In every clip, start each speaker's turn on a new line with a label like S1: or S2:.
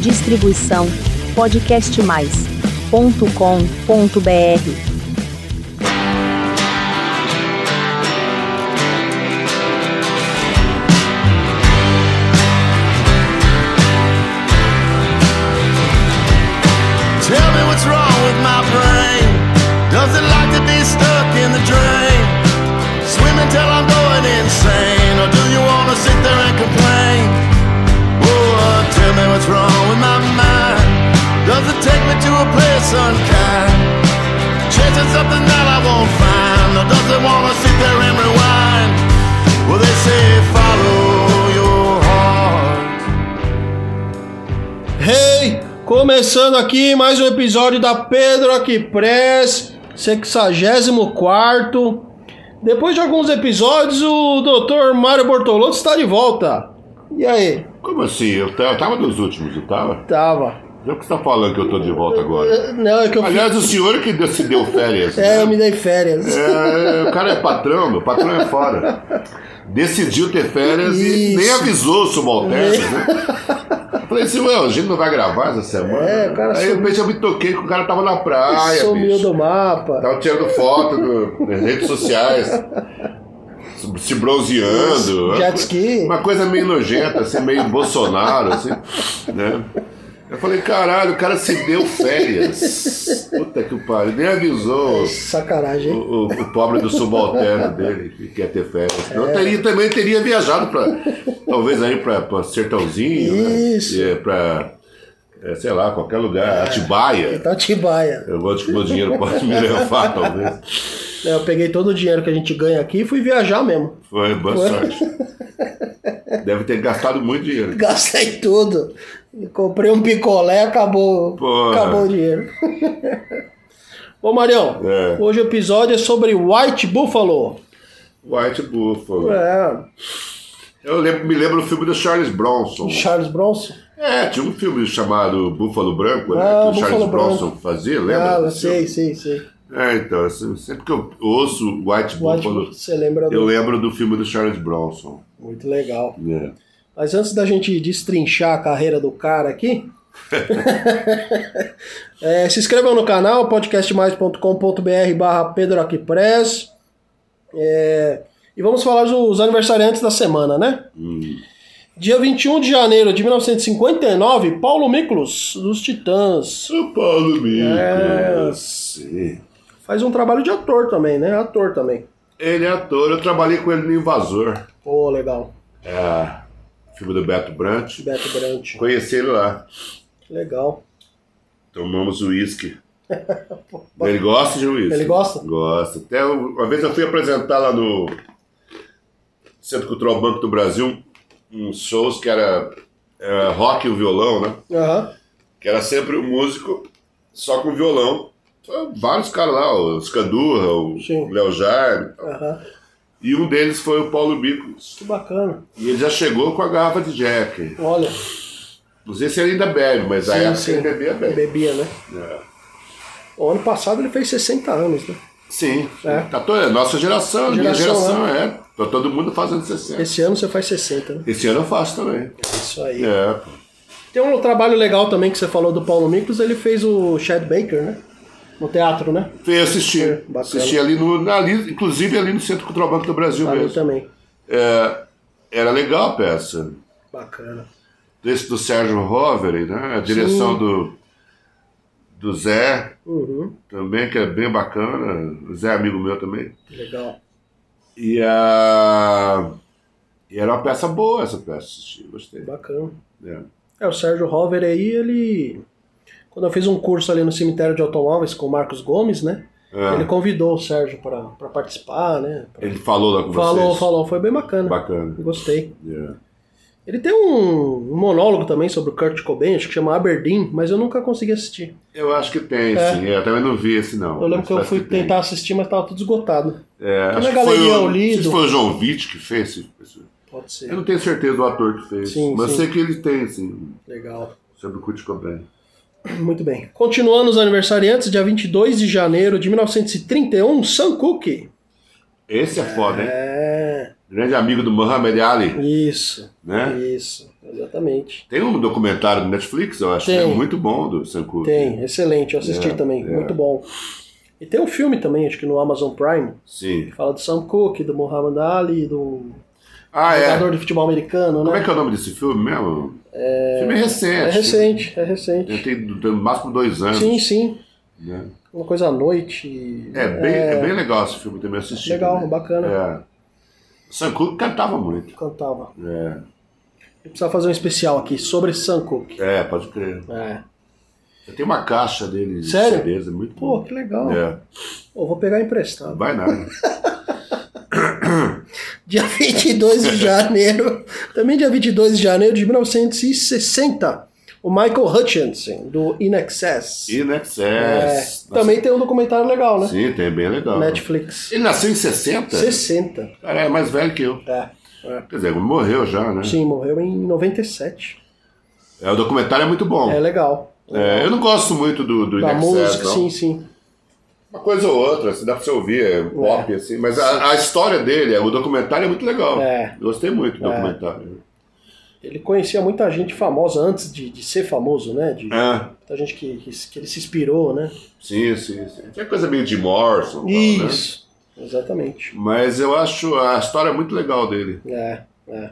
S1: Distribuição podcastmais.com.br.
S2: Tell me what's wrong with my brain. Does it like to be stuck in the drain? Swimming till I'm going insane. Or do you wanna sit there and complain? Oh, tell me what's wrong with my mind. Does it take me to a place unkind? Chasing something that I won't find. Or does it wanna sit there and rewind? Well, they say follow your heart.
S3: Hey! Começando aqui mais um episódio da Pedro Aqui Press, 64. Depois de alguns episódios, o Dr. Mário Bortolotto está de volta. E aí?
S4: Como assim? Eu ta- eu tava dos últimos, eu tava?
S3: Tava.
S4: Já que você tá falando que eu tô de volta agora.
S3: Eh, Não, é que eu, fi-
S4: Aliás, o senhor que deu- se deu férias.
S3: é, eu
S4: né?
S3: me dei férias.
S4: É, o cara é patrão, meu patrão é fora. Decidiu ter férias e nem
S3: Isso.
S4: avisou os subalternos, né? Falei assim, ué, a gente não vai gravar essa semana.
S3: É, o cara
S4: Aí de
S3: sumiu.
S4: repente eu me toquei que o cara tava na praia,
S3: Sumiu
S4: bicho. Tá
S3: do mapa.
S4: Tava tirando foto do- nas redes sociais. Se bronzeando.
S3: Jet ski.
S4: Uma coisa meio nojenta, assim, meio Bolsonaro, assim, né? Eu falei, caralho, o cara se deu férias. Puta que pariu, nem avisou o,
S3: Sacanagem, hein?
S4: o- o pobre do subalterno dele que quer ter férias.
S3: É.
S4: Eu teria, também teria viajado para, talvez aí para Sertãozinho,
S3: Isso.
S4: né? para, sei lá, qualquer lugar, Atibaia.
S3: Tá Tibaia.
S4: Eu gosto que meu dinheiro pode me levar, talvez.
S3: Eu peguei todo o dinheiro que a gente ganha aqui e fui viajar mesmo.
S4: Foi boa
S3: Foi.
S4: sorte. Deve ter gastado muito dinheiro.
S3: Gastei tudo. Comprei um picolé, acabou.
S4: Porra.
S3: Acabou o dinheiro. Ô Marião,
S4: É.
S3: hoje o episódio é sobre White Buffalo.
S4: White Buffalo.
S3: É,
S4: Eu lembro- me lembro do filme do Charles Bronson.
S3: Charles Bronson.
S4: É, tinha um filme chamado Búfalo Branco, né,
S3: Ah,
S4: que o Charles
S3: Búfalo
S4: Bronson fazia, lembra?
S3: ah,
S4: desse filme?
S3: sei, sei, sei.
S4: É, então, assim, sempre que eu ouço White,
S3: White
S4: Buffalo,
S3: Buffalo, você lembra
S4: eu
S3: do...
S4: lembro do filme do Charles Bronson.
S3: Muito legal.
S4: né?
S3: Mas antes da gente destrinchar a carreira do cara aqui, é, se inscrevam no canal, podcastmais.com.br barra Pedro Aqui Press. É, e vamos falar dos aniversariantes da semana, né? Dia 21 de janeiro de 1959, Paulo Miklos, dos Titãs.
S4: São Paulo
S3: É.
S4: Micros.
S3: Faz um trabalho de ator também, né? Ator também.
S4: Ele é ator, eu trabalhei com ele no Invasor.
S3: Pô, legal.
S4: É, filme do Beto Brant.
S3: Beto Brant.
S4: Conheci ele lá.
S3: Legal.
S4: Tomamos uísque. Ele gosta de uísque.
S3: Ele gosta?
S4: Gosta. Até uma vez eu fui apresentar lá no Centro Cultural Banco do Brasil uns shows que era é, rock e o violão, né?
S3: Aham.
S4: Que era sempre um músico só com violão. Então, Vários caras lá, o Scandurra, o
S3: Sim.
S4: Léo Jaime. e tal.
S3: Aham.
S4: E um deles foi o Paulo Bicos.
S3: Que bacana.
S4: E ele já chegou com a garrafa de Jack.
S3: Olha,
S4: Não sei se ele ainda bebe, mas a
S3: Sim,
S4: época
S3: sim.
S4: ele bebia bem.
S3: bebia, né?
S4: É.
S3: O ano passado ele fez 60 anos, né?
S4: Sim.
S3: É.
S4: Tá toda, nossa geração, minha
S3: Geração, né?
S4: geração, é. Tá todo mundo fazendo 60. Esse,
S3: Esse ano você faz 60, né?
S4: ano eu faço também.
S3: Isso aí.
S4: É, pô.
S3: Tem um trabalho legal também que você falou do Paulo Miklos, ele fez o Chad Baker, né? No teatro, né?
S4: Fui assistir.
S3: É, bacana.
S4: assisti ali no. Ali, inclusive ali no Centro Cultural Banco do Brasil
S3: Ali
S4: mesmo.
S3: também.
S4: É, era legal a peça.
S3: Bacana.
S4: Esse do Sérgio Roveri, né? A direção
S3: Sim.
S4: do. Do Zé,
S3: Uhum.
S4: também, que é bem bacana. O Zé é amigo meu também.
S3: Legal.
S4: E a. E era uma peça boa essa peça, assisti, gostei.
S3: Bacana.
S4: É.
S3: É, o Sérgio Rover aí, ele. Quando eu fiz um curso ali no cemitério de automóveis com o Marcos Gomes, né?
S4: É.
S3: Ele convidou o Sérgio pra pra participar, né? Pra-
S4: Ele falou lá com
S3: Falou,
S4: vocês.
S3: falou, foi bem bacana.
S4: Bacana.
S3: Gostei.
S4: Yeah.
S3: Ele tem um monólogo também sobre o Kurt Cobain, acho que chama Aberdeen, mas eu nunca consegui assistir.
S4: Eu acho que tem,
S3: É.
S4: sim. Eu também não vi esse, não.
S3: Eu lembro que eu
S4: Mas
S3: fui
S4: tem.
S3: tentar assistir, mas tava tudo esgotado.
S4: É,
S3: na
S4: acho que
S3: galeria
S4: foi o,
S3: eu lido.
S4: não sei se foi o João Vitt que fez. esse- esse-
S3: Pode ser.
S4: Eu não tenho certeza do ator que fez.
S3: Sim,
S4: mas
S3: sim.
S4: sei que ele tem, sim.
S3: Legal.
S4: Sobre o Kurt Cobain.
S3: Muito bem. Continuando os aniversariantes, dia 22 de janeiro de 1931, Sam Cooke.
S4: Esse é, foda, hein?
S3: É.
S4: Grande amigo do Muhammad Ali,
S3: Isso,
S4: né?
S3: isso, exatamente.
S4: Tem um documentário no Netflix, eu acho, que é
S3: Tem.
S4: muito bom do Sankook.
S3: Tem, excelente, eu assisti
S4: É,
S3: também,
S4: é.
S3: muito bom. E tem um filme também, acho que no Amazon Prime,
S4: Sim.
S3: que fala do Sam Cooke, do Muhammad Ali, do
S4: Ah, é.
S3: jogador né? de futebol americano,
S4: Como
S3: né?
S4: é que é o nome desse filme mesmo? É... Filme é Então, recente.
S3: É recente, é
S4: Ele
S3: recente.
S4: tem no máximo dois anos.
S3: Sim, sim.
S4: né?
S3: Uma coisa à noite.
S4: É, bem, é bem legal esse filme também assistir.
S3: Legal,
S4: né?
S3: bacana.
S4: É. Sam Cooke cantava muito.
S3: Cantava.
S4: É,
S3: Eu precisava fazer um especial aqui sobre Sam Cooke.
S4: é pode crer.
S3: É.
S4: Eu tenho uma caixa dele de
S3: Sério?
S4: CDs, é muito
S3: Pô,
S4: bom.
S3: que legal.
S4: É,
S3: Pô, vou pegar
S4: não
S3: emprestado.
S4: vai nada.
S3: Dia 22 de janeiro, também dia 22 de janeiro de 1960, o Michael Hutchinson, do In Excess.
S4: E
S3: É,
S4: Nexus.
S3: também tem um documentário legal, né?
S4: Sim, tem, é bem legal.
S3: Netflix.
S4: Ele nasceu em 60?
S3: 60.
S4: Cara, é mais velho que eu.
S3: É, é.
S4: Quer dizer, morreu já, né?
S3: Sim, morreu em 97.
S4: É, o documentário é muito bom.
S3: É legal.
S4: É, eu não gosto muito do, do
S3: da
S4: In Excess,
S3: música,
S4: não.
S3: sim, sim.
S4: Uma coisa ou outra, assim, dá pra você ouvir, é pop, assim, mas a, a história dele, o documentário é muito legal.
S3: É.
S4: Gostei muito do documentário.
S3: Ele conhecia muita gente famosa antes de, de ser famoso, né? De,
S4: É,
S3: Muita gente que, que, que ele se inspirou, né?
S4: sim, sim, sim. Tinha coisa meio de Morrison. tal, Né?
S3: Isso. Exatamente.
S4: Mas eu acho a história muito legal dele.
S3: É, é.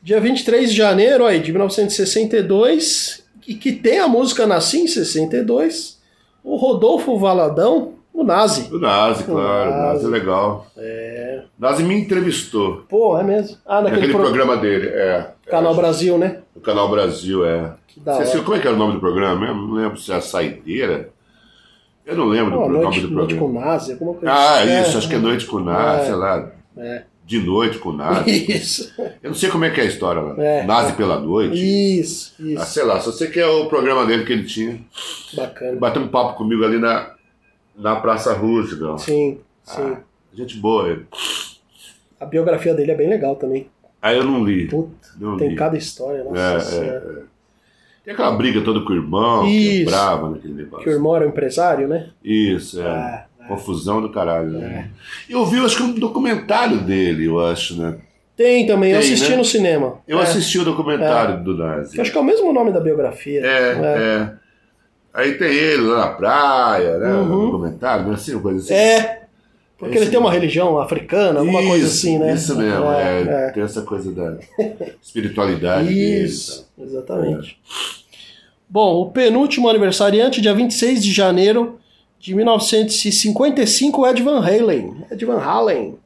S3: Dia 23 de janeiro aí, de 1962, e que tem a música Nasci em 62, o Rodolfo Valadão, o Nazi.
S4: O Nazi, claro, o Nazi
S3: Nazi.
S4: é legal. É. Nazi me entrevistou
S3: Pô, é mesmo. Ah, naquele
S4: naquele
S3: pro-
S4: programa dele, é.
S3: Canal
S4: é,
S3: Brasil, né?
S4: O Canal Brasil, é.
S3: Que da
S4: Você-
S3: hora.
S4: como é que era o nome do programa mesmo? Não lembro se é a Saideira. Eu não lembro
S3: Pô,
S4: do pro- nome
S3: noite,
S4: do
S3: noite
S4: programa.
S3: com Nazi, alguma coisa
S4: Ah,
S3: assim.
S4: isso, acho que é Noite com Nazi,
S3: É.
S4: sei lá.
S3: É.
S4: De noite com Nazi.
S3: Isso,
S4: Eu não sei como é que é a história lá.
S3: É.
S4: Nazi pela noite.
S3: isso,
S4: Ah,
S3: isso.
S4: sei lá, só sei que é o programa dele que ele tinha. Ele
S3: Bacana.
S4: Bateu um papo comigo ali na, na Praça Roosevelt.
S3: Sim, sim.
S4: Gente boa ele.
S3: A biografia dele é bem legal também.
S4: Aí eu não li.
S3: Puta,
S4: Não
S3: tem
S4: li.
S3: cada história, nossa
S4: É, é,
S3: senhora.
S4: Tem aquela briga toda com o irmão, que é
S3: Isso.
S4: brava naquele
S3: Que o
S4: negócio.
S3: irmão era um empresário, né?
S4: Isso, é.
S3: Ah, É.
S4: Confusão do caralho. Né? Eu vi, eu acho que um documentário dele, eu acho, né?
S3: Tem também, eu
S4: Tem,
S3: assisti
S4: né?
S3: no cinema.
S4: Eu
S3: É.
S4: assisti o documentário do Nazi.
S3: Que acho que é o mesmo nome da biografia.
S4: É,
S3: é.
S4: é. Aí tem ele lá na praia, né?
S3: Uhum.
S4: No documentário, né? assim, uma coisa assim.
S3: É, porque
S4: Esse
S3: ele tem uma
S4: mesmo.
S3: religião africana, alguma coisa
S4: Isso,
S3: assim, né?
S4: Isso mesmo, é,
S3: é.
S4: tem essa coisa da espiritualidade tá?
S3: Isso, exatamente.
S4: É.
S3: Bom, o penúltimo aniversariante, dia 26 de janeiro de 1955, Ed Van Halen. Ed Van Halen,
S4: dele.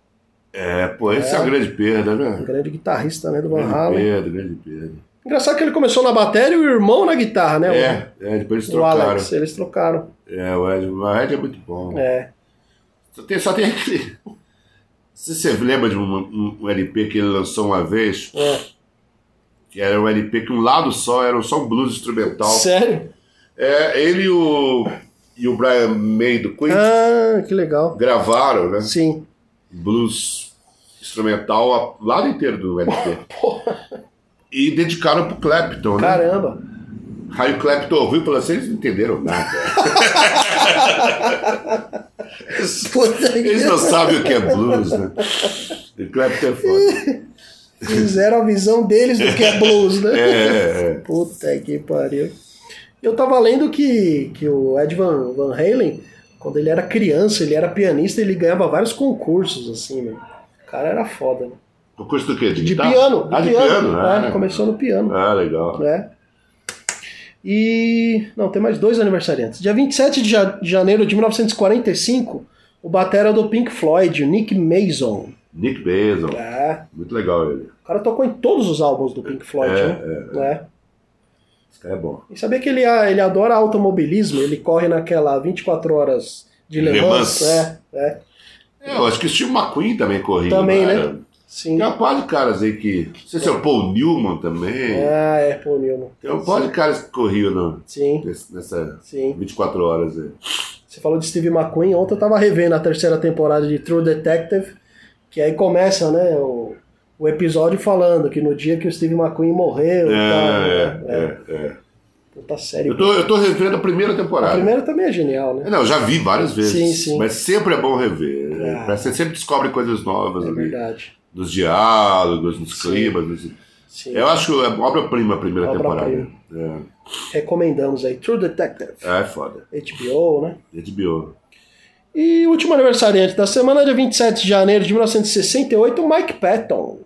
S4: É, pô, essa é, a grande perda,
S3: um
S4: né?
S3: grande guitarrista né, do Van
S4: Grande
S3: Halen.
S4: perda, grande perda.
S3: Engraçado que ele começou na bateria e o irmão na guitarra, né? O-
S4: É, é, depois eles
S3: o
S4: trocaram.
S3: Alex, eles trocaram.
S4: É, o Ed, o Ed é muito bom.
S3: É.
S4: Só tem, só tem aquele. Se você lembra de um, um- um LP que ele lançou uma vez,
S3: é.
S4: que era um LP que um lado só era só um blues instrumental.
S3: Sério?
S4: É, ele e o, e o Brian May do Queen
S3: Ah, que legal.
S4: gravaram, né?
S3: Sim.
S4: Blues instrumental a- o lado inteiro do LP.
S3: Porra,
S4: e dedicaram pro Clapton, né?
S3: caramba.
S4: Aí o Clapton ouviu e falou assim, eles não entenderam nada.
S3: Puta que
S4: Eles não sabem o que é blues, né? O Clapton é foda.
S3: Fizeram a visão deles do que é blues, né?
S4: É, é, é.
S3: Puta que pariu. Eu tava lendo que, que o Ed Van, Van Halen, quando ele era criança, ele era pianista, ele ganhava vários concursos, assim, mano. O cara era foda, né?
S4: O custo do quê? De,
S3: De
S4: guitarra?
S3: piano.
S4: Ah, de piano,
S3: é,
S4: né?
S3: começou no piano,
S4: Ah, legal.
S3: né? E. Não, tem mais dois aniversariantes. Dia 27 de ja- de janeiro de 1945, o batera do Pink Floyd, o Nick Mason.
S4: Nick Mason,
S3: É.
S4: muito legal ele.
S3: O cara tocou em todos os álbuns do Pink Floyd,
S4: É,
S3: né? É.
S4: Esse cara é bom.
S3: E sabia que ele, ele adora automobilismo? Ele corre naquela 24 horas de Le
S4: Le
S3: Mans.
S4: Mans.
S3: É, é.
S4: É, eu acho que o Steve McQueen também corria.
S3: Também, né?
S4: era?
S3: Sim.
S4: Tem uma par de caras aí que. Não sei se é o Paul Newman também.
S3: Ah, é, pô, Nilma.
S4: Tem um par de caras que corriam no-
S3: Sim,
S4: nesse- nessa
S3: sim.
S4: 24 horas aí.
S3: Você falou de Steve McQueen. Ontem eu tava revendo a terceira temporada de True Detective, que aí começa, né, o, o episódio falando que no dia que o Steve McQueen morreu e
S4: É,
S3: tal. né,
S4: é, é, é.
S3: Puta série.
S4: Eu tô, eu tô revendo a primeira
S3: A
S4: temporada.
S3: primeira também é genial, né?
S4: Não, eu já vi várias vezes.
S3: Sim, sim.
S4: Mas sempre é bom rever. É, parece que Você sempre descobre coisas novas
S3: É
S4: ali.
S3: verdade.
S4: Dos diálogos, nos
S3: Sim.
S4: climas. nos-
S3: Sim.
S4: Eu acho é obra-prima a primeira
S3: Obra-prima.
S4: temporada. É.
S3: Recomendamos aí. True Detective.
S4: É, foda.
S3: HBO, né?
S4: HBO.
S3: E o último aniversariante da semana, dia 27 de janeiro de 1968, o Mike Patton.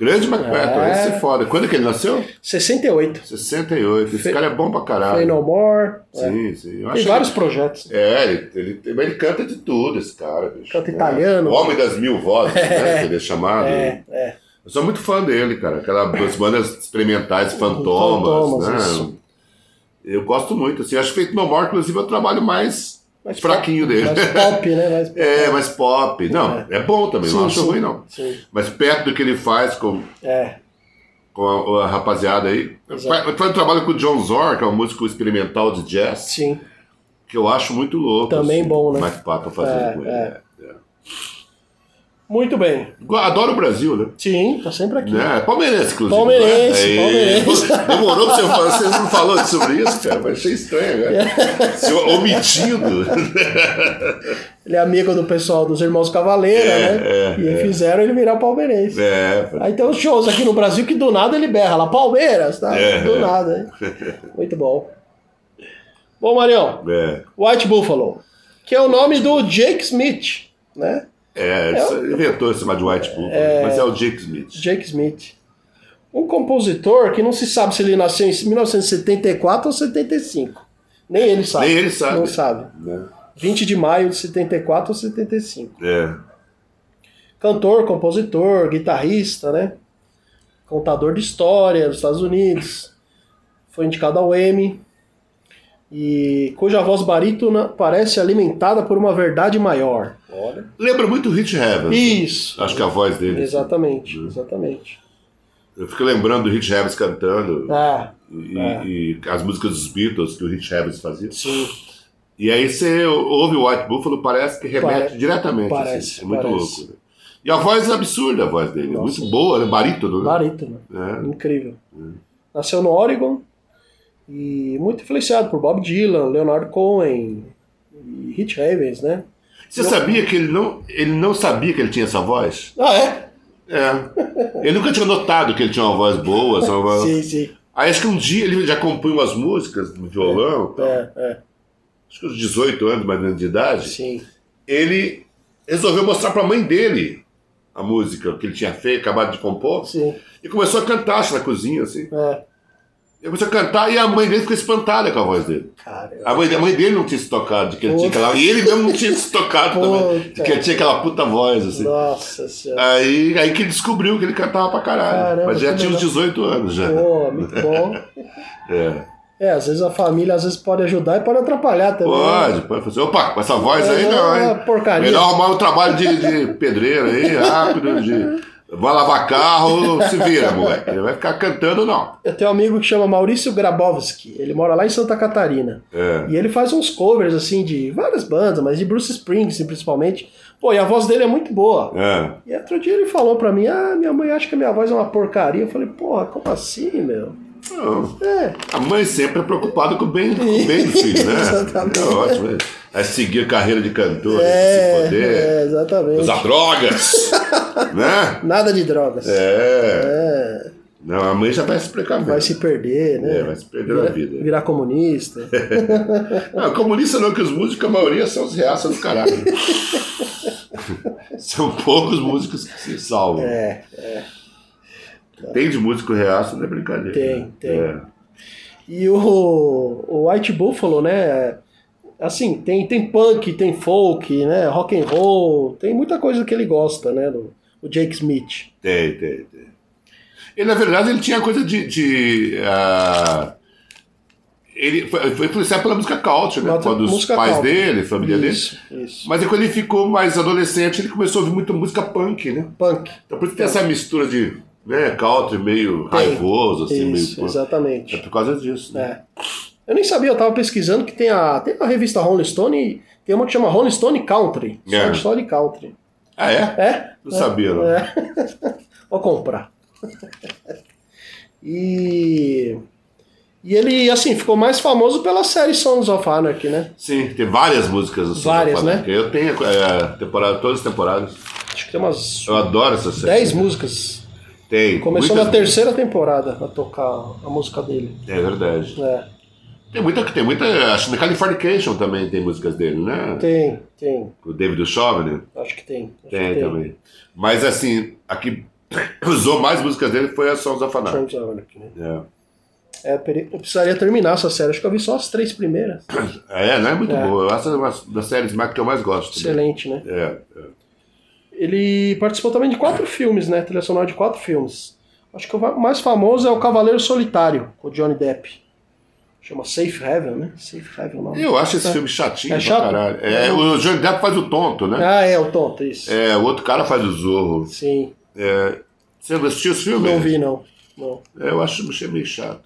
S4: Grande Macbethon,
S3: É.
S4: esse é foda. Quando que ele nasceu?
S3: 68.
S4: 68. Esse
S3: Fe-
S4: cara é bom pra caralho.
S3: Play No More. é.
S4: Sim, sim. Eu
S3: Tem
S4: acho
S3: vários projetos.
S4: que- É, ele, ele, ele canta de tudo, esse cara, bicho.
S3: Canta
S4: É.
S3: italiano.
S4: O Homem das mil vozes, né? Que ele é chamado.
S3: É, é.
S4: Eu sou muito fã dele, cara. Aquelas bandas experimentais, fantomas,
S3: Fantomas,
S4: né?
S3: isso.
S4: Eu gosto muito, assim. Acho que Feito No More, inclusive, é o trabalho mais
S3: Mais
S4: fraquinho dele.
S3: Mais pop, né? Mais
S4: É, mais pop. Não, é, bom também,
S3: Sim,
S4: não acho
S3: sim.
S4: ruim, não.
S3: Sim.
S4: Mas perto do que ele faz com,
S3: É.
S4: com a, a rapaziada aí.
S3: Exato.
S4: Ele faz um trabalho com o John Zorn, que é um músico experimental de jazz,
S3: Sim.
S4: que eu acho muito louco.
S3: Também
S4: assim,
S3: bom, né?
S4: O Mike Patton fazendo
S3: É,
S4: com ele.
S3: é.
S4: né?
S3: Muito bem.
S4: É. Adoro o Brasil, né?
S3: Sim, tá sempre aqui.
S4: É, palmeirense, inclusive.
S3: Palmeirense,
S4: né? Aí, Demorou pra você falar, você não falou sobre isso, cara, mas achei estranho agora. Se eu- omitindo.
S3: Ele é amigo do pessoal dos Irmãos Cavaleira,
S4: É,
S3: né?
S4: é,
S3: e fizeram ele virar palmeirense.
S4: É,
S3: Aí tem uns shows aqui no Brasil que do nada ele berra lá, Palmeiras, tá?
S4: É.
S3: Do nada, hein? Muito bom. Bom, Marião,
S4: é.
S3: White Buffalo, que é o nome do Jake Smith, né?
S4: É, isso- inventou esse chamado de White Bull, mas é o Jake Smith.
S3: Jake Smith. Um compositor que não se sabe se ele nasceu em 1974 ou 75. Nem ele sabe.
S4: Nem ele sabe.
S3: Não sabe.
S4: Né?
S3: 20 de maio de 74 ou 75.
S4: É.
S3: Cantor, compositor, guitarrista, né? Contador de história dos Estados Unidos. Foi indicado ao Emmy. E cuja voz barítona parece alimentada por uma verdade maior. Olha.
S4: Lembra muito o Rich Evans.
S3: Isso.
S4: Acho que a voz dele. assim.
S3: Exatamente, exatamente.
S4: Eu fico lembrando do Rich Evans cantando
S3: Ah,
S4: e,
S3: é.
S4: e as músicas dos Beatles que o Rich Evans fazia.
S3: sim.
S4: E aí você ouve o White Buffalo, parece que remete
S3: Parece.
S4: diretamente.
S3: Parece,
S4: assim. É muito
S3: parece.
S4: louco. né? E a voz é absurda, a voz dele. é
S3: Nossa.
S4: Muito boa, né? Barítono, né?
S3: Barítono.
S4: É.
S3: Incrível. Nasceu no Oregon e muito influenciado por Bob Dylan, Leonard Cohen e Rich Havens, né?
S4: Você sabia que ele não, ele não sabia que ele tinha essa voz?
S3: Ah, é?
S4: É. Ele nunca tinha notado que ele tinha uma voz boa. Essa voz...
S3: Sim, sim.
S4: Aí acho que um dia ele já compunha umas músicas no violão, tal.
S3: É, é,
S4: acho que uns 18 anos, mais ou menos de idade.
S3: sim.
S4: Ele resolveu mostrar pra mãe dele a música que ele tinha feito, acabado de compor,
S3: Sim,
S4: e começou a cantar acho, na cozinha, assim.
S3: é.
S4: Ele começou a cantar e a mãe dele ficou espantada com a voz dele.
S3: Cara,
S4: A mãe, a mãe dele não tinha se tocado de que ele
S3: Puta.
S4: tinha aquela. E ele mesmo não tinha se tocado também.
S3: Puta.
S4: De que ele tinha aquela puta voz, assim.
S3: nossa senhora.
S4: Aí, aí que ele descobriu que ele cantava pra caralho.
S3: Caramba,
S4: mas já
S3: que
S4: tinha uns
S3: legal.
S4: 18 anos já.
S3: Pô, muito bom.
S4: É.
S3: É, às vezes a família às vezes pode ajudar e pode atrapalhar também. né?
S4: Pode, pode fazer. Opa, com essa voz aí
S3: É,
S4: não,
S3: é uma
S4: hein?
S3: porcaria.
S4: Melhor arrumar um trabalho de, de pedreiro aí, rápido, de. Vai lavar carro, se vira, moleque. Ele vai ficar cantando, não.
S3: Eu tenho um amigo que chama Maurício Grabowski, ele mora lá em Santa Catarina.
S4: É.
S3: E ele faz uns covers, assim, de várias bandas, mas de Bruce Springsteen, principalmente. Pô, e a voz dele é muito boa.
S4: É.
S3: E outro dia ele falou pra mim, ah, minha mãe acha que a minha voz é uma porcaria. Eu falei, porra, como assim, meu?
S4: Não.
S3: É,
S4: A mãe sempre é preocupada com o bem, com o bem do filho, né?
S3: Exatamente.
S4: É ótimo. né? É seguir a carreira de cantor, né? se
S3: é,
S4: poder,
S3: é, exatamente.
S4: usar drogas, né?
S3: Nada de drogas.
S4: É.
S3: É,
S4: Não, a mãe já vai se explicar
S3: vai
S4: mesmo.
S3: se perder, né?
S4: É, vai se perder na
S3: virar,
S4: vida. É.
S3: Virar comunista.
S4: Não, comunista não, que os músicos, a maioria são os reaças do caralho. são poucos músicos que se salvam.
S3: é.
S4: Tem de músico reaça, não é brincadeira.
S3: Tem,
S4: né?
S3: tem.
S4: É.
S3: E o, o White Buffalo, né? Assim, tem, tem punk, tem folk, né? Rock and roll, tem muita coisa que ele gosta, né? Do, o Jake Smith.
S4: Tem, tem, tem. Ele, na verdade, ele tinha coisa de. de, ah, ele foi, foi influenciado pela música country, né?
S3: Nota-
S4: Quando os
S3: música
S4: pais
S3: country.
S4: dele, família dele.
S3: Isso, isso.
S4: Mas aí, quando ele ficou mais adolescente, ele começou a ouvir muita música punk, né?
S3: Punk.
S4: Então, por isso tem essa mistura de né, country meio
S3: É. Tem.
S4: raivoso, assim, meio
S3: isso,
S4: punk. É
S3: exatamente.
S4: por causa disso, né?
S3: É. Eu nem sabia, eu tava pesquisando que tem a, tem a revista Rolling Stone e tem uma que chama Rolling Stone Country. Só
S4: É.
S3: de- Só de country.
S4: Ah, é?
S3: É?
S4: Não sabia, não.
S3: É. Vou comprar. E E ele, assim, ficou mais famoso pela série Sons of Anarchy, né?
S4: Sim, tem várias músicas assim, do Sons
S3: Várias,
S4: of Anarchy.
S3: né?
S4: Eu tenho é, temporada, todas as temporadas.
S3: Acho que tem umas
S4: Eu adoro essa série.
S3: 10 músicas.
S4: Tem.
S3: Começou
S4: muitas
S3: na terceira temporada a tocar a música dele.
S4: músicas. É verdade.
S3: É,
S4: Tem muita, tem muita. Acho que na Californication também tem músicas dele, né?
S3: tem, tem.
S4: O David Duchovny.
S3: Acho que tem. Acho
S4: Tem,
S3: que
S4: também. Mas assim, a que usou mais músicas dele foi a Sons of Anarchy.
S3: Sons of Anarchy, né?
S4: É.
S3: É, peri- eu precisaria terminar essa série. Acho que eu vi só as três primeiras.
S4: É, né? Muito
S3: É.
S4: boa. Essa é uma das séries mais que eu mais gosto. também.
S3: Excelente, né?
S4: É.
S3: Ele participou também de quatro filmes, né? Trilha sonora de quatro filmes. Acho que o va- mais famoso é o Cavaleiro Solitário, com o Johnny Depp. Chama Safe Heaven, né? Safe Heaven não.
S4: Eu acho esse
S3: É.
S4: filme chatinho
S3: É
S4: pra
S3: chato?
S4: caralho. É, o Johnny Depp faz o tonto, né?
S3: Ah, é, o tonto, isso.
S4: É, o outro cara faz o zorro.
S3: Sim.
S4: É, você não assistiu os filmes?
S3: Não vi, não. Não.
S4: É, eu acho achei meio chato.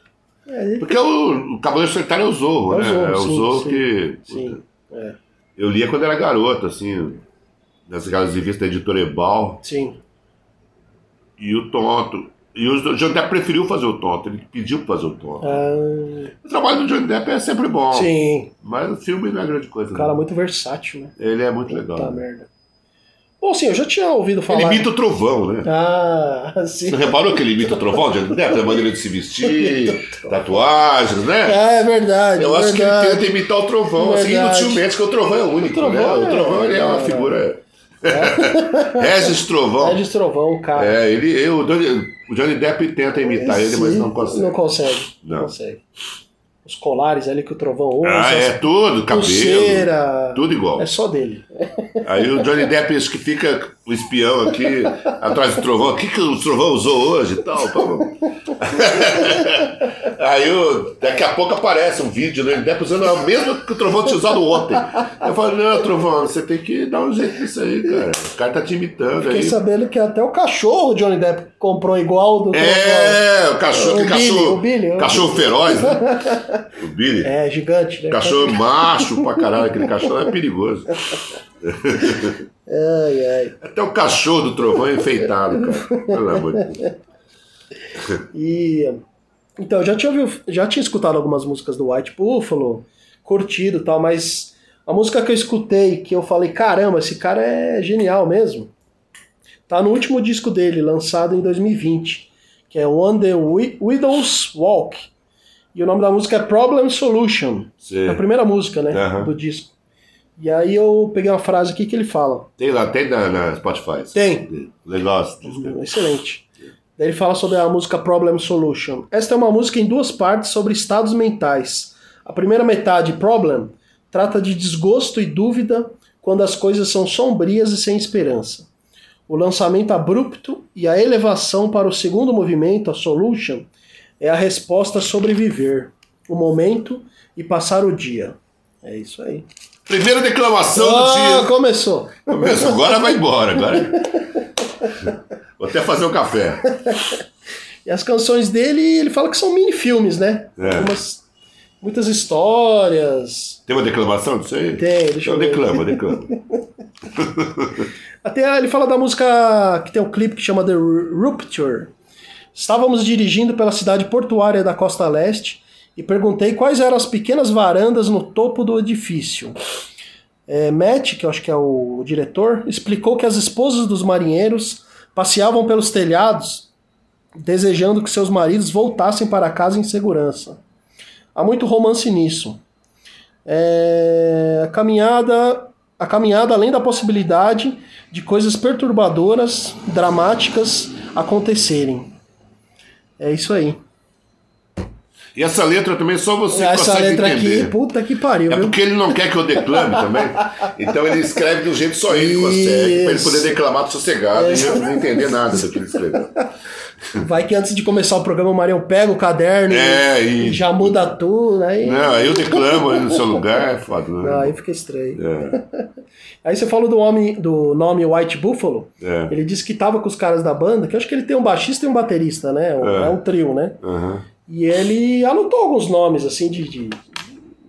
S3: É, ele-
S4: Porque o, o Cavaleiro Solitário é o zorro,
S3: É o
S4: né?
S3: Zorro,
S4: é o
S3: sim,
S4: zorro
S3: sim.
S4: que. puta,
S3: sim. É,
S4: Eu lia quando era garoto, assim, nas aquelas revistas da editora Ebal.
S3: sim.
S4: e o tonto. E o Johnny Depp preferiu fazer o tonto, ele pediu pra fazer o tonto.
S3: Ah,
S4: O trabalho do Johnny Depp é sempre bom,
S3: sim.
S4: mas o filme não é grande coisa.
S3: Um cara
S4: não.
S3: muito versátil, né?
S4: Ele é muito
S3: Puta
S4: legal. né?
S3: merda. Bom, sim, eu já tinha ouvido
S4: Ele
S3: falar.
S4: imita o trovão, né?
S3: Ah, sim.
S4: Você reparou que ele imita o trovão, Johnny Depp? É A maneira de se vestir, tatuagens, né?
S3: É verdade.
S4: Eu acho que ele
S3: verdade.
S4: tenta imitar o trovão, assim,
S3: Verdade.
S4: inutilmente, porque o trovão é único,
S3: O Trovão
S4: né? O
S3: é-
S4: trovão ele é uma
S3: é.
S4: figura. Regis Trovão.
S3: É de trovão, cara.
S4: um É, ele, eu, o Johnny- o Johnny Depp tenta imitar ele, mas
S3: Sim,
S4: não consegue.
S3: Não consegue.
S4: Não.
S3: Não consegue. Os colares ali que o trovão usa,
S4: Ah, é
S3: as
S4: tudo, cabelo.
S3: pulseira.
S4: Tudo igual.
S3: É só dele.
S4: Aí o Johnny Depp acho que fica o espião aqui atrás do trovão. O que, que o trovão usou hoje e tal? pá, pá. Aí o- daqui a pouco aparece um vídeo do Johnny Depp usando o mesmo que o trovão tinha usado ontem. Eu falo, não, trovão, você tem que dar um jeito nisso aí, cara. O cara tá te imitando
S3: Fiquei
S4: aí.
S3: sabendo que até o cachorro Johnny Depp comprou igual do trovão.
S4: É, o cachorro,
S3: O
S4: que
S3: Billy,
S4: cachorro.
S3: o Billy, o-
S4: cachorro feroz, né? O Billy.
S3: É, gigante, né?
S4: Cachorro é macho pra caralho, aquele cachorro é perigoso.
S3: Ai, ai.
S4: Até o cachorro do trovão é enfeitado, cara. Pelo amor de Deus.
S3: E. Então, eu já tinha, ouvido- já tinha escutado algumas músicas do White Buffalo, curtido e tal, mas a música que eu escutei, que eu falei, caramba, esse cara é genial mesmo, tá no último disco dele, lançado em 2020, que é One The Wi- Widow's Walk. E o nome da música é Problem Solution.
S4: Você-
S3: É a primeira música, né,
S4: Aham.
S3: do disco. E aí eu peguei uma frase aqui que ele fala.
S4: Tem lá, tem na, na Spotify.
S3: Tem.
S4: Legal. esse disco.
S3: Excelente. Daí ele fala sobre a música Problem Solution. Esta é uma música em duas partes sobre estados mentais. A primeira metade, Problem, trata de desgosto e dúvida quando as coisas são sombrias e sem esperança. O lançamento abrupto e a elevação para o segundo movimento, a Solution, é a resposta a sobreviver, o momento e passar o dia. É isso aí.
S4: Primeira declamação
S3: Ah, é
S4: do dia.
S3: começou.
S4: Começa, agora vai embora. Agora... Vou até fazer um café.
S3: E as canções dele, ele fala que são mini filmes, né?
S4: É.
S3: Algumas- muitas histórias.
S4: Tem uma declamação disso aí?
S3: Tem, deixa
S4: Então
S3: eu ver.
S4: declama, declama.
S3: Até ele fala da música que tem um clipe que chama The Rupture. Estávamos dirigindo pela cidade portuária da Costa Leste e perguntei quais eram as pequenas varandas no topo do edifício. É, Matt, que eu acho que é o diretor, explicou que as esposas dos marinheiros passeavam pelos telhados desejando que seus maridos voltassem para casa em segurança. Há muito romance nisso. É, a caminhada, a caminhada além da possibilidade de coisas perturbadoras, dramáticas acontecerem. É isso aí.
S4: E essa letra também é só você
S3: Essa
S4: consegue
S3: letra
S4: entender.
S3: aqui, puta que pariu,
S4: É
S3: viu?
S4: porque ele não quer que eu declame também. Então ele escreve de um jeito só ele consegue, pra ele
S3: Isso. É.
S4: poder declamar sossegado e eu não entender nada do que ele escreveu.
S3: Vai que antes de começar o programa o Marião pega o caderno
S4: É,
S3: e
S4: e.
S3: já muda tudo, aí, Ah,
S4: Não, aí eu declamo aí no seu lugar, é foda. né?
S3: aí fica estranho.
S4: É,
S3: Aí você falou do, homem, do nome White Buffalo.
S4: é.
S3: Ele disse que tava com os caras da banda, que eu acho que ele tem um baixista e um baterista, né? Um-
S4: É.
S3: é um trio, né?
S4: aham.
S3: E ele anotou alguns nomes, assim, de, de,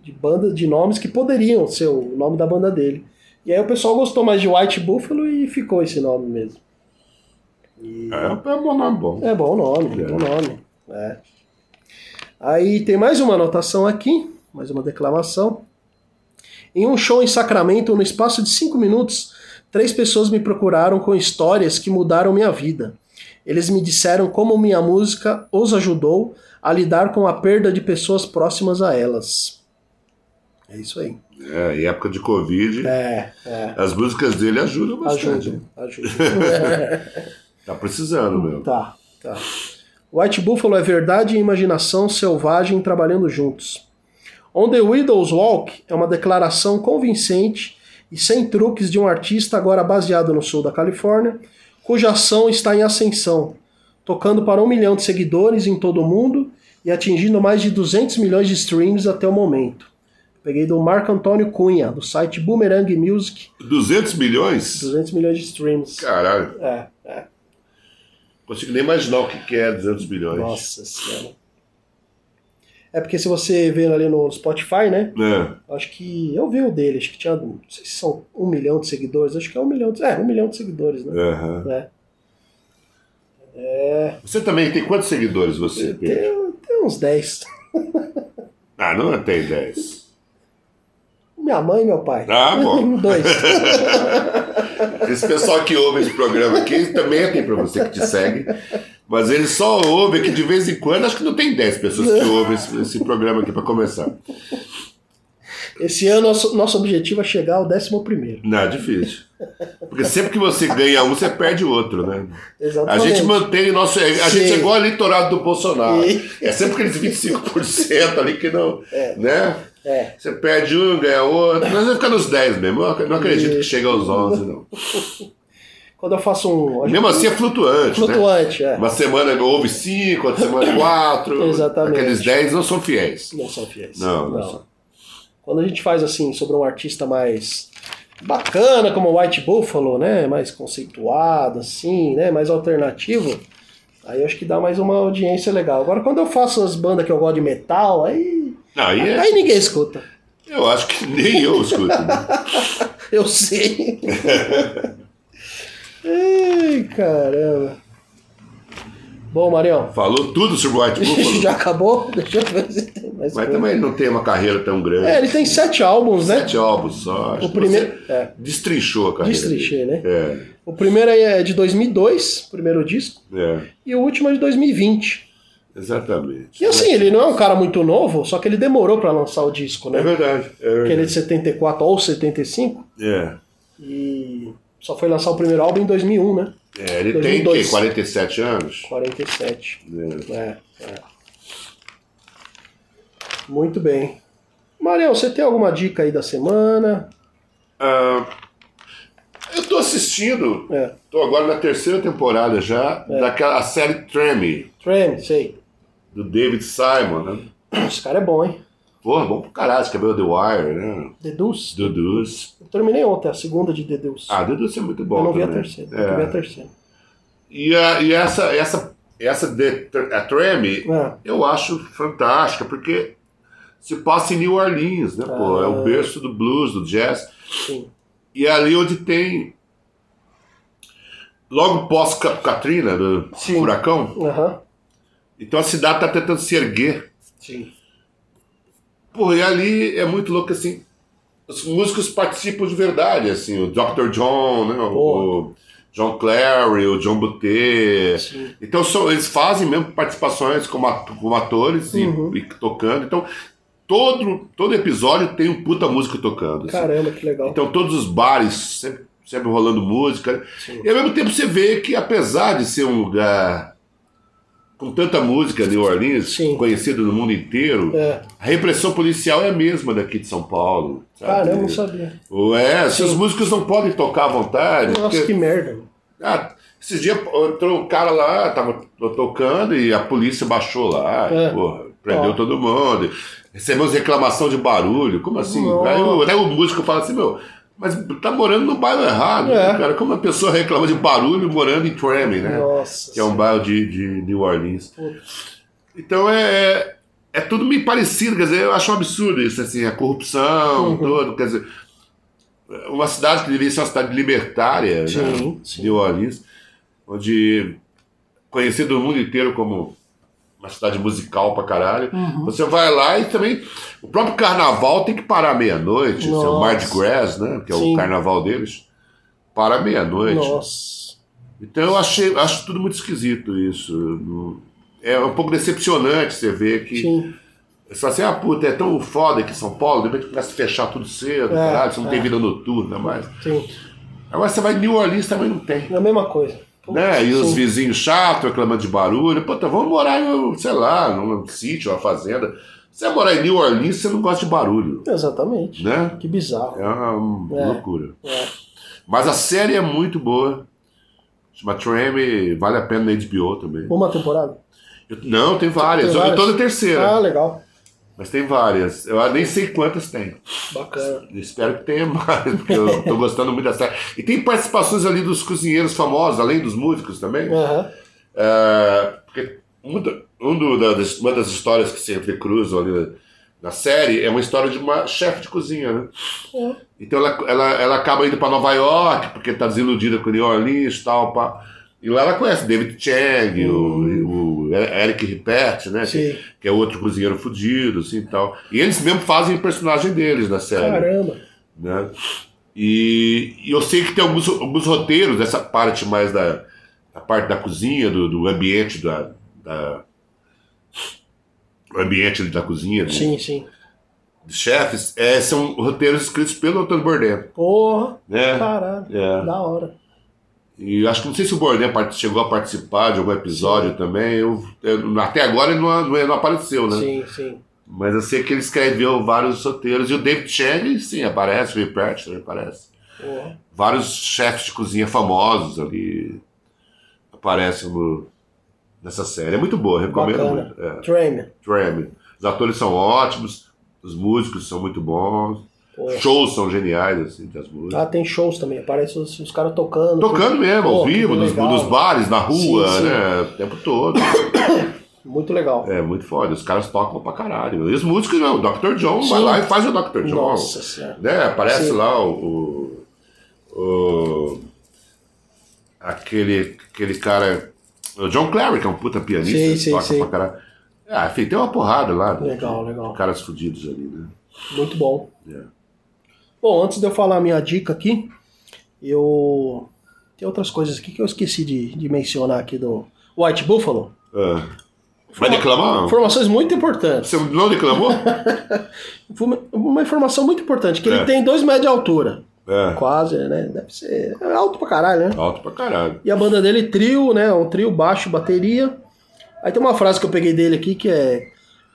S3: de banda, de nomes que poderiam ser o nome da banda dele. E aí o pessoal gostou mais de White Buffalo e ficou esse nome mesmo.
S4: É, é um bom nome bom.
S3: É bom nome,
S4: É.
S3: bom nome. É. Aí tem mais uma anotação aqui, mais uma declamação. Em um show em Sacramento, no espaço de cinco minutos, três pessoas me procuraram com histórias que mudaram minha vida. Eles me disseram como minha música os ajudou a lidar com a perda de pessoas próximas a elas. É isso aí.
S4: É, em época de Covid,
S3: É, é.
S4: as músicas dele ajudam bastante.
S3: Ajuda, É. ajuda.
S4: Tá precisando, meu.
S3: tá, tá. White Buffalo é verdade e imaginação selvagem trabalhando juntos. On the Widow's Walk é uma declaração convincente e sem truques de um artista agora baseado no sul da Califórnia, cuja ação está em ascensão, tocando para um milhão de seguidores em todo o mundo e atingindo mais de 200 milhões de streams até o momento. Peguei do Marco Antônio Cunha, do site Boomerang Music,
S4: 200 milhões?
S3: 200 milhões de streams.
S4: Caralho,
S3: É, é.
S4: consigo nem imaginar o que que é 200 milhões.
S3: Nossa senhora. É porque se você ver ali no Spotify, né?
S4: É.
S3: Acho que eu vi o dele, acho que tinha, não sei se são um milhão de seguidores, acho que é um milhão de, é, um milhão de seguidores, né?
S4: aham.
S3: É.
S4: Você também tem quantos seguidores você? Pedro?
S3: Tem, tem uns 10.
S4: Ah, não tem 10.
S3: Minha mãe e meu pai. Um,
S4: Ah, bom.
S3: Dois.
S4: Esse pessoal que ouve esse programa aqui também é tem pra você que te segue. Mas ele só ouve que de vez em quando, acho que não tem 10 pessoas que ouvem esse, esse programa aqui pra começar.
S3: Esse ano nosso, nosso objetivo é chegar ao décimo primeiro.
S4: Não, é difícil. Porque sempre que você ganha um, você perde o outro, né? A
S3: Exatamente.
S4: gente mantém o nosso. A
S3: Sim.
S4: gente é igual ao eleitorado do Bolsonaro.
S3: Sim.
S4: É sempre aqueles 25% ali que não. Né?
S3: É.
S4: Você perde um, ganha outro. Nós vamos ficar nos 10 mesmo. Eu ac- não acredito que chega aos 11, não.
S3: Quando eu faço um. a gente-
S4: Mesmo assim é flutuante. Né?
S3: flutuante, é.
S4: Uma semana houve 5, outra semana 4.
S3: Exatamente.
S4: Aqueles 10 não são fiéis.
S3: Não são fiéis.
S4: Não, não são.
S3: Quando a gente faz assim sobre um artista mais bacana, como o White Buffalo, né? Mais conceituado, assim, né? Mais alternativo. Aí eu acho que dá mais uma audiência legal. Agora, quando eu faço as bandas que eu gosto de metal, aí.
S4: Não, aí é-
S3: Aí ninguém escuta.
S4: eu acho que nem eu escuto. né?
S3: Eu sei. Ai, caramba. Bom, Marião.
S4: Falou tudo sobre o White Buffalo.
S3: Já acabou? Deixa eu ver se tem
S4: Mas
S3: mais coisa.
S4: também não tem uma carreira tão grande.
S3: É, ele tem sete álbuns, né?
S4: Sete álbuns só. Acho
S3: O
S4: que
S3: primeiro-
S4: você
S3: é.
S4: Destrinchou a carreira.
S3: Destrinchei, né?
S4: dele.
S3: O primeiro aí é de 2002, primeiro disco,
S4: É,
S3: e o último é de 2020.
S4: é. Exatamente.
S3: E assim, ele não é um cara muito novo, só que ele demorou pra lançar o disco,
S4: É
S3: né?
S4: verdade. É
S3: Porque ele é
S4: verdade.
S3: de 74 ou 75,
S4: É.
S3: e só foi lançar o primeiro álbum em 2001, né?
S4: É, ele tem o
S3: 2002.
S4: quê? 47 anos?
S3: 47.
S4: É.
S3: É, é. Muito bem. Marião, você tem alguma dica aí da semana?
S4: Ah, eu tô assistindo.
S3: É.
S4: Tô agora na terceira temporada já daquela série Tremmy,
S3: Trem, sei.
S4: do David Simon, né?
S3: Esse cara é bom, hein?
S4: Porra, é bom pro caralho, escreveu The Wire, né?
S3: Deduz.
S4: Dudus.
S3: Eu terminei ontem a segunda de Deduz.
S4: Ah, Dudus é muito bom.
S3: Eu não vi a
S4: também.
S3: terceira.
S4: É.
S3: Tem que ver a terceira.
S4: E, a- e essa, essa, essa de, a Tremmy,
S3: É.
S4: eu acho fantástica, porque se passa em New Orleans, né, pô? É
S3: Ah.
S4: o berço do blues, do jazz.
S3: Sim.
S4: E é ali onde tem. Logo pós-Katrina, do
S3: Sim.
S4: furacão.
S3: Aham.
S4: Então a cidade tá tentando se erguer.
S3: Sim.
S4: Pô, e ali é muito louco, assim. Os músicos participam de verdade, assim. O Dr. John, né? O,
S3: Porra.
S4: o John Clary, o John Butet.
S3: Sim.
S4: Então são- eles fazem mesmo participações como, ato- como atores e-
S3: Uhum.
S4: e, tocando. Então todo, todo episódio tem um puta músico tocando. assim.
S3: Caramba, que legal.
S4: Então todos os bares sempre, sempre rolando música.
S3: Sim.
S4: E ao mesmo tempo você vê que apesar de ser um lugar com tanta música New Orleans,
S3: Sim.
S4: conhecido no mundo inteiro,
S3: É.
S4: a repressão policial é a mesma daqui de São Paulo. sabe?
S3: Caramba, não sabia.
S4: Ué, seus músicos não podem tocar à vontade. porque-
S3: Nossa, que merda. mano.
S4: ah, esses dias entrou um cara lá, tava tocando e a polícia baixou lá,
S3: É.
S4: porra, prendeu
S3: Ó.
S4: todo mundo. Recebemos reclamação de barulho, como assim?
S3: Nossa.
S4: Aí o- até o músico fala assim, meu, mas tá morando no bairro errado,
S3: É.
S4: né, cara. Como uma pessoa reclama de barulho morando em Tremé, né?
S3: Nossa.
S4: Que é um bairro de, de New Orleans. Então é, é, é tudo meio parecido, quer dizer, eu acho um absurdo isso, assim, a corrupção,
S3: Uhum.
S4: todo, quer dizer, uma cidade que deveria ser uma cidade libertária, né,
S3: Sim, sim.
S4: New Orleans, onde conhecido no mundo inteiro como uma cidade musical pra caralho.
S3: Uhum.
S4: Você vai lá e também. O próprio carnaval tem que parar meia-noite. Esse é o
S3: Nossa.
S4: Mardi Gras, né? Que é
S3: Sim.
S4: o carnaval deles. Para meia-noite.
S3: Nossa.
S4: Então eu achei, acho tudo muito esquisito isso. Eu não- É um pouco decepcionante você ver que.
S3: Sim.
S4: Você fala assim, ah, puta, é tão foda aqui em São Paulo, de repente começa a fechar tudo cedo,
S3: É,
S4: caralho, você não
S3: é.
S4: tem vida noturna mais.
S3: Sim.
S4: Agora você vai em New Orleans também não tem.
S3: É a mesma coisa.
S4: Né? E os
S3: Sim.
S4: vizinhos chatos reclamando de barulho. Puta, vamos morar, em, um, sei lá, num sítio, uma fazenda. Você vai morar em New Orleans, você não gosta de barulho,
S3: Exatamente.
S4: né?
S3: Que bizarro.
S4: É uma
S3: É.
S4: loucura.
S3: É.
S4: Mas a série é muito boa. Chama Treme, vale a pena na HBO também.
S3: Uma temporada?
S4: Eu- não, tem várias.
S3: Tem
S4: Eu vi
S3: várias?
S4: toda a terceira,
S3: Ah, legal.
S4: mas tem várias. Eu nem sei quantas tem.
S3: Bacana.
S4: Eu Espero que tenha mais, porque eu tô gostando muito da série. E tem participações ali dos cozinheiros famosos, além dos músicos também.
S3: Aham.
S4: É, porque um da- um do- da- das- uma das histórias que se entrecruzam ali na, na série é uma história de uma chefe de cozinha, né?
S3: É.
S4: Então ela, ela, ela acaba indo para Nova York, porque tá desiludida com New Orleans e tal. Pá. E lá ela conhece David Chang, o, o Eric Ripert, né? Que,
S3: Hum. Sim.
S4: que é outro cozinheiro fudido, assim e tal. E eles mesmo fazem o personagem deles na série
S3: Caramba.
S4: né? E, e eu sei que tem alguns, alguns roteiros dessa parte mais da, da parte da cozinha, do, do ambiente da, da o ambiente ali da cozinha, do-
S3: Sim, sim.
S4: dos chefes, é, são roteiros escritos pelo Antônio Bourdain,
S3: Porra.
S4: né?
S3: Caralho.
S4: É.
S3: Da hora.
S4: E eu acho que não sei se o Bourdain part- chegou a participar de algum episódio também. Eu, eu- até agora ele não, não, não apareceu, né?
S3: Sim, sim.
S4: Mas eu sei que ele escreveu vários roteiros. E o David Chang, sim, aparece, o Ray Pratchett aparece.
S3: Porra.
S4: vários chefes de cozinha famosos ali aparecem no- nessa série. É muito boa, recomendo
S3: Bacana.
S4: muito. É,
S3: Trainer.
S4: Treme. Os atores são ótimos, os músicos são muito bons,
S3: Porra.
S4: shows são geniais, assim, das músicas.
S3: Ah, tem shows também. Aparece os, os caras tocando.
S4: Tocando mesmo, ao
S3: Pô, que
S4: vivo, nos,
S3: legal.
S4: nos bares, na rua,
S3: Sim, sim.
S4: né? O tempo todo.
S3: Muito legal.
S4: É muito foda. Os caras tocam pra caralho. E os músicos não, o Dr. John vai
S3: Sim.
S4: lá e faz o Dr. John.
S3: Nossa senhora.
S4: né? Aparece
S3: Sim.
S4: lá o, o, o- aquele aquele cara o John Clary, que é um puta pianista,
S3: Sim,
S4: que
S3: sim,
S4: toca
S3: sim.
S4: pra caralho. Ah, enfim, tem uma porrada lá. né?
S3: Legal, legal.
S4: De Caras fudidos ali, né?
S3: Muito bom.
S4: Yeah.
S3: Bom, antes de eu falar a minha dica aqui, eu. Tem outras coisas aqui que eu esqueci de, de mencionar aqui do White Buffalo.
S4: Ah. Vai declamar?
S3: Informações muito importantes.
S4: Você não declamou?
S3: Foi Uma, uma informação muito importante, que
S4: É.
S3: ele tem dois metros de altura.
S4: é.
S3: Quase, né? Deve ser. É alto pra caralho, né?
S4: Alto pra caralho.
S3: E a banda dele, trio, né? Um trio, baixo, bateria. Aí tem uma frase que eu peguei dele aqui que é.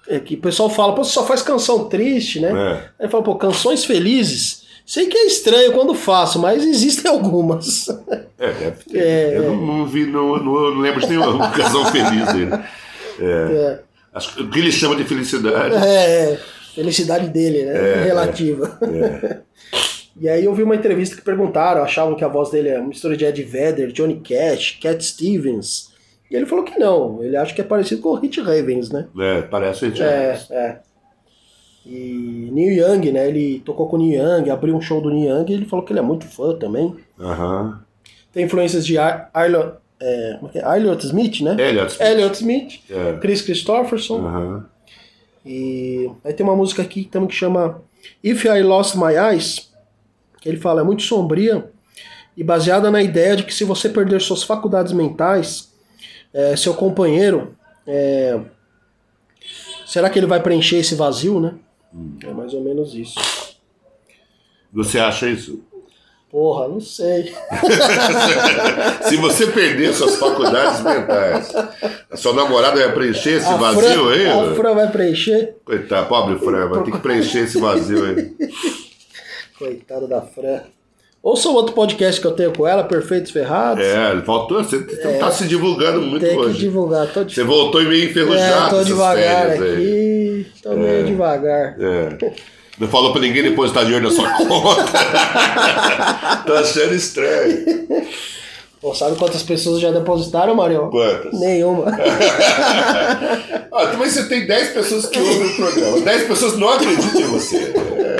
S3: é que o pessoal fala, pô, você só faz canção triste, né?
S4: É.
S3: Aí ele fala, pô, canções felizes. Sei que é estranho quando faço, mas existem algumas.
S4: É, deve ter.
S3: É,
S4: Eu não, não vi, não, não, não lembro de nenhuma canção feliz dele.
S3: É,
S4: Acho que o que ele chama de felicidade.
S3: é, é. felicidade dele, né? Relativa. E aí eu vi uma entrevista que perguntaram, achavam que a voz dele é uma mistura de Ed Vedder, Johnny Cash, Cat Stevens. E ele falou que não, ele acha que é parecido com o Hit Ravens, né?
S4: É, parece o Ed
S3: É,
S4: Harris.
S3: é. E Neil Young, né? Ele tocou com o Neil Young, abriu um show do Neil Young e ele falou que ele é muito fã também.
S4: Aham.
S3: Tem influências de Ar- Arlo, é, como é que é? Elliot Smith, né?
S4: Elliot.
S3: Elliot Smith,
S4: É.
S3: Chris Christopherson.
S4: Aham.
S3: E aí tem uma música aqui também que chama If I Lost My Eyes, que ele fala é muito sombria e baseada na ideia de que se você perder suas faculdades mentais, é, seu companheiro, é, será que ele vai preencher esse vazio, né?
S4: Hum.
S3: É mais ou menos isso.
S4: Você acha isso?
S3: Porra, não sei.
S4: Se você perder suas faculdades mentais, a sua namorada vai preencher esse
S3: A
S4: vazio aí?
S3: Fran, a Fran vai preencher?
S4: Coitado, pobre Fran, vai ter que preencher esse vazio aí.
S3: Coitada da Fran. Ouça o outro podcast que eu tenho com ela, Perfeitos Ferrados.
S4: É, faltou. Você não tá se divulgando muito
S3: É. Tem que
S4: hoje.
S3: divulgar, tô de
S4: Você voltou e meio enferrujado.
S3: É, tô
S4: essas
S3: devagar
S4: férias aí.
S3: aqui, tô meio devagar.
S4: É. Não falou pra ninguém depositar dinheiro na sua conta. tô achando estranho.
S3: Pô, sabe quantas pessoas já depositaram, Mario?
S4: Quantas?
S3: Nenhuma.
S4: Ah, também você tem 10 pessoas que ouvem o programa. 10 pessoas não acreditam em você.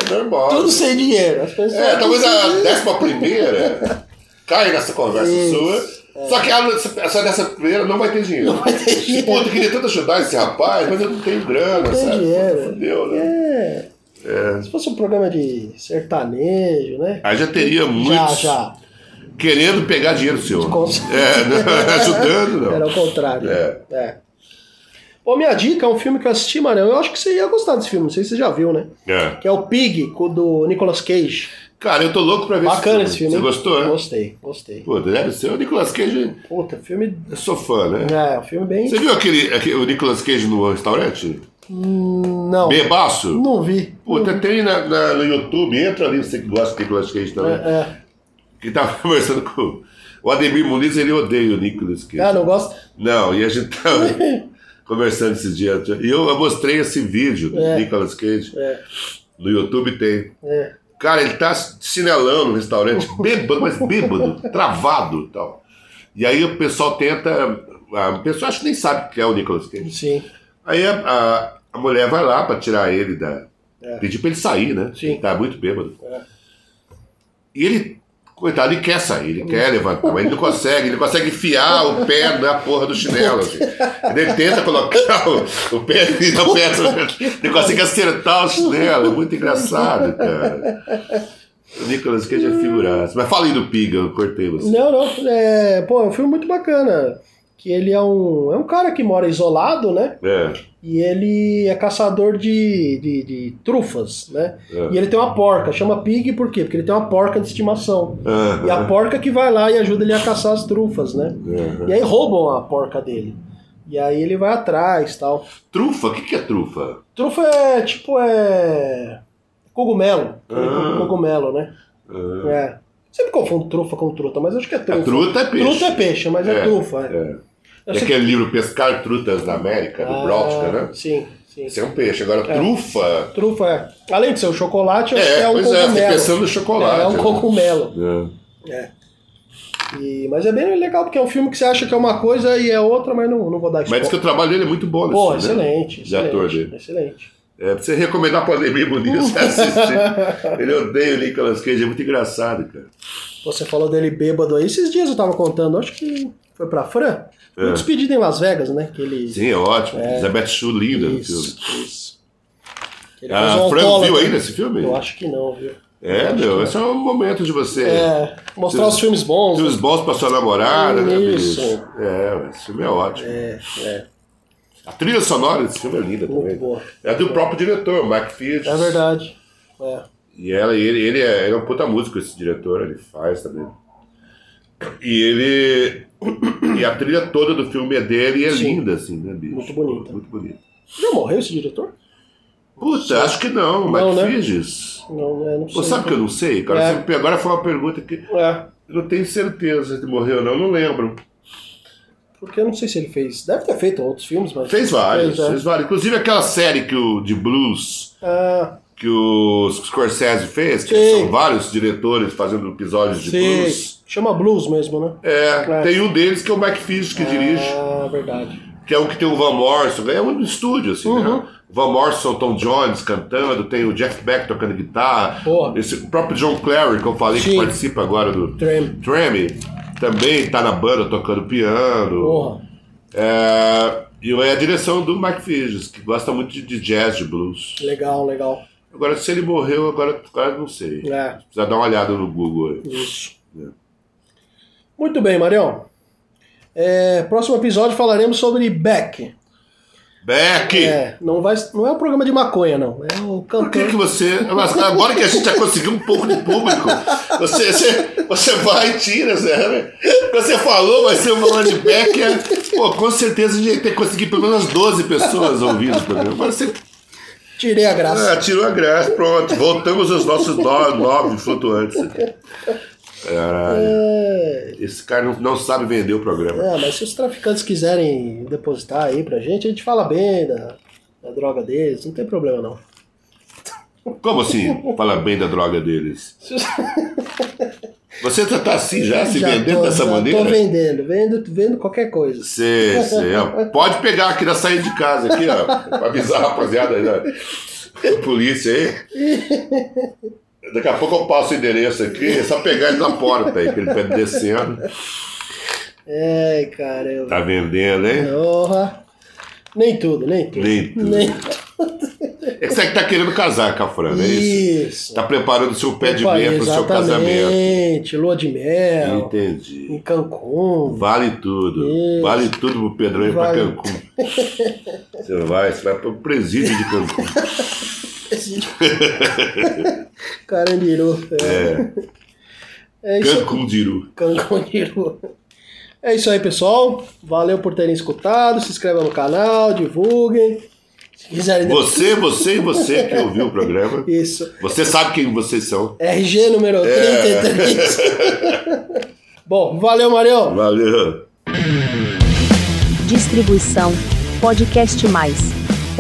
S4: É normal.
S3: Tudo sem dinheiro. As pessoas
S4: É, talvez a décima primeira caia nessa conversa
S3: Isso.
S4: sua Só que a- essa dessa primeira não vai ter dinheiro.
S3: vai ter dinheiro.
S4: Pô, eu queria tanto ajudar esse rapaz, mas eu não tenho grana,
S3: tem
S4: sabe?
S3: dinheiro.
S4: Fudeu, né?
S3: É. Se fosse um programa de sertanejo, né?
S4: Aí já teria
S3: Já,
S4: muitos
S3: já.
S4: querendo pegar dinheiro seu.
S3: Com certeza.
S4: É, não, ajudando não.
S3: Era o contrário.
S4: É.
S3: É. Ô, minha dica é um filme que eu assisti, mano. Eu acho que você ia gostar desse filme, não sei se você já viu, né?
S4: É.
S3: Que é o Pig, com- do Nicolas Cage.
S4: Cara, eu tô louco pra ver
S3: Bacana esse filme.
S4: Você
S3: hein?
S4: gostou, né?
S3: Gostei, gostei.
S4: Pô, deve ser. O Nicolas Cage,
S3: Puta, filme.
S4: eu sou fã, né?
S3: É, um filme bem.
S4: Você viu aquele, aquele- o Nicolas Cage no restaurante?
S3: Não.
S4: Bebaço?
S3: Não vi.
S4: Puta, tem na, na- no YouTube, entra ali, você que gosta de Nicolas Cage também.
S3: É,
S4: Que tava conversando com o Ademir Muniz, ele odeia o Nicolas Cage.
S3: é. Ah, não gosto.
S4: Não, e a gente tava conversando esses dias. E eu, eu mostrei esse vídeo
S3: É.
S4: do Nicolas Cage.
S3: É.
S4: No YouTube tem.
S3: É.
S4: Cara, ele tá sinelão no restaurante, bêbado, mas bêbado, travado e tal. E aí o pessoal tenta. ah, O pessoal acho que nem sabe o que é o Nicolas Cage.
S3: Sim.
S4: Aí a, a, a mulher vai lá pra tirar ele da.
S3: É.
S4: Pedir pra ele sair, né?
S3: Sim.
S4: Ele tá muito bêbado.
S3: É.
S4: E ele, coitado, ele quer sair, ele quer levantar, mas ele não consegue, ele não consegue enfiar o pé na porra do chinelo. Assim. Ele tenta colocar o, o pé ali na pedra, ele consegue acertar o chinelo. É muito engraçado, cara. O Nicolas Cage é figuraço. Mas fala aí do Piga, eu cortei você.
S3: Não, não. É, pô, é um filme muito bacana. Que ele é um. É um cara que mora isolado, né?
S4: É,
S3: E ele é caçador de, de, de trufas, né?
S4: É.
S3: E ele tem uma porca, chama Pig por quê? Porque ele tem uma porca de estimação.
S4: Aham.
S3: E a porca que vai lá e ajuda ele a caçar as trufas, né?
S4: Aham.
S3: E aí roubam a porca dele. E aí ele vai atrás tal.
S4: Trufa? O que, que é trufa?
S3: Trufa é tipo é. cogumelo.
S4: Ah.
S3: Cogumelo, né?
S4: Ah,
S3: É. Sempre confundo trufa com truta, mas acho que é trufa.
S4: A truta é peixe.
S3: Truta é peixe, mas é,
S4: É,
S3: trufa. É.
S4: é. É
S3: Eu sei-
S4: aquele livro Pescar Trutas na América,
S3: Ah,
S4: do Bráutica, né?
S3: Sim, sim.
S4: Esse é um peixe. Agora, trufa.
S3: Trufa é. Além de ser um chocolate, acho que
S4: É,
S3: é um
S4: pois é,
S3: cogumelo.
S4: fiquei pensando no chocolate.
S3: É, é um
S4: né?
S3: cogumelo.
S4: É.
S3: É. E- mas é bem legal, porque é um filme que você acha que é uma coisa e é outra, mas não, não vou dar
S4: Mas diz que o trabalho dele é muito bom, né?
S3: Pô,
S4: assim, né?
S3: excelente,
S4: De ator
S3: excelente,
S4: dele.
S3: excelente.
S4: É, pra você recomendar pra Ademir Muniz assistir. Ele odeia o Nicolas Cage, é muito engraçado, cara.
S3: Você falou dele bêbado aí, esses dias eu tava contando, acho que foi pra Fran.
S4: É.
S3: Foi despedido em Las Vegas, né? Que ele.
S4: Sim, é ótimo. Elizabeth Chu, linda no filme.
S3: Isso, isso. Que ele faz
S4: Ah,
S3: um
S4: Fran,
S3: autólogo.
S4: viu ainda esse filme?
S3: Eu acho que não, viu? Eu
S4: É,
S3: acho
S4: meu,
S3: que
S4: esse é o momento de você.
S3: não. É, mostrar os filmes bons.
S4: Os bons pra sua namorada, né,
S3: Isso.
S4: bicho? É, esse filme é ótimo.
S3: É, é,
S4: A trilha sonora desse filme é linda
S3: né? muito
S4: também.
S3: boa.
S4: É do próprio diretor, Mike Fields.
S3: É verdade. É.
S4: E ela, ele, ele, é, ele é um puta músico, esse diretor, ele faz também. E ele. E a trilha toda do filme é dele e é
S3: Sim.
S4: linda, assim, né, bicho?
S3: Muito bonita.
S4: Muito bonita.
S3: Já morreu esse diretor?
S4: Puta, acho que não,
S3: Não,
S4: mas
S3: né?
S4: Figes.
S3: Não, é, não sei.
S4: Pô, sabe que eu não sei, cara?
S3: É.
S4: Você me pegou- Agora foi uma pergunta que eu
S3: É,
S4: não tenho certeza se morreu ou não, não lembro.
S3: porque eu não sei se ele fez. Deve ter feito outros filmes, mas.
S4: Fez vários,
S3: Fez, é.
S4: fez vários. Inclusive aquela série que o, de blues
S3: Ah,
S4: que o Scorsese fez, que
S3: Sim.
S4: são vários diretores fazendo episódios de
S3: sei.
S4: blues.
S3: Chama Blues mesmo, né?
S4: É,
S3: É.
S4: tem um deles que é o Mike Fish que dirige,
S3: Ah, verdade.
S4: que é o que tem o Van Morrison, é um estúdio, assim,
S3: Uhum.
S4: né? Van Morrison, Tom Jones cantando, tem o Jeff Beck tocando guitarra,
S3: Porra.
S4: esse o próprio John Clary, que eu falei
S3: Sim.
S4: que participa agora do
S3: Trem.
S4: Treme, também tá na banda tocando piano.
S3: Porra.
S4: É, e é a direção do Mike Fish, que gosta muito de, de jazz, de blues.
S3: Legal, legal.
S4: Agora, se ele morreu, agora, agora eu não sei.
S3: É,
S4: Precisa dar uma olhada no Google aí.
S3: isso.
S4: É.
S3: Muito bem, Marião. É, próximo episódio falaremos sobre Beck.
S4: Beck!
S3: É, não, vai, não é um programa de maconha, não. É o
S4: Por que, que
S3: cantor.
S4: você. Mas agora que a gente já conseguiu um pouco de público, você, você, você vai e tira, Zé. né? Você falou, vai ser uma runback. É, pô, com certeza a gente ia ter conseguido pelo menos 12 pessoas ouvindo o programa. Agora você
S3: Tirei a graça.
S4: ah, tirou a graça, pronto. Voltamos aos nossos no- nove flutuantes. aqui. Caralho.
S3: É,
S4: Esse cara não, não sabe vender o programa.
S3: é, mas se os traficantes quiserem depositar aí pra gente, a gente fala bem da, da droga deles, não tem problema não.
S4: Como assim? Fala bem da droga deles.
S3: Se os-
S4: Você já tá assim já, se
S3: Já
S4: vendendo
S3: tô-
S4: dessa
S3: já
S4: maneira?
S3: Tô vendendo, vendo, vendo qualquer coisa.
S4: Sei, sei. ó. Pode pegar aqui na saída de casa, aqui, ó. Pra avisar a rapaziada aí, ó. polícia aí. Daqui a pouco eu passo o endereço aqui, é só pegar ele na porta aí, que ele tá descendo.
S3: Ai, caramba.
S4: Tá vendendo, hein?
S3: Porra. Nem tudo, nem tudo.
S4: Nem tudo. É que você que tá querendo casar, Cafran, é isso?
S3: Isso.
S4: Tá preparando o seu pé de
S3: Opa,
S4: meia pro seu casamento.
S3: Exatamente. Lua de mel.
S4: Entendi.
S3: Em Cancún.
S4: Vale tudo.
S3: Isso.
S4: Vale tudo pro Pedrão ir pra
S3: Vale.
S4: Cancún. Você vai, você vai pro presídio de Cancún.
S3: Carandiru.
S4: É,
S3: É, isso aí.
S4: Cancún Diru.
S3: Cancuniru. É isso aí, pessoal. Valeu por terem escutado. Se inscrevam no canal, divulguem. Se quiserem.
S4: Você, você e você que ouviu o programa.
S3: Isso.
S4: Você sabe quem vocês são.
S3: RG número 33. Bom, valeu, Marião.
S4: Valeu.
S1: Distribuição podcastmais.com.br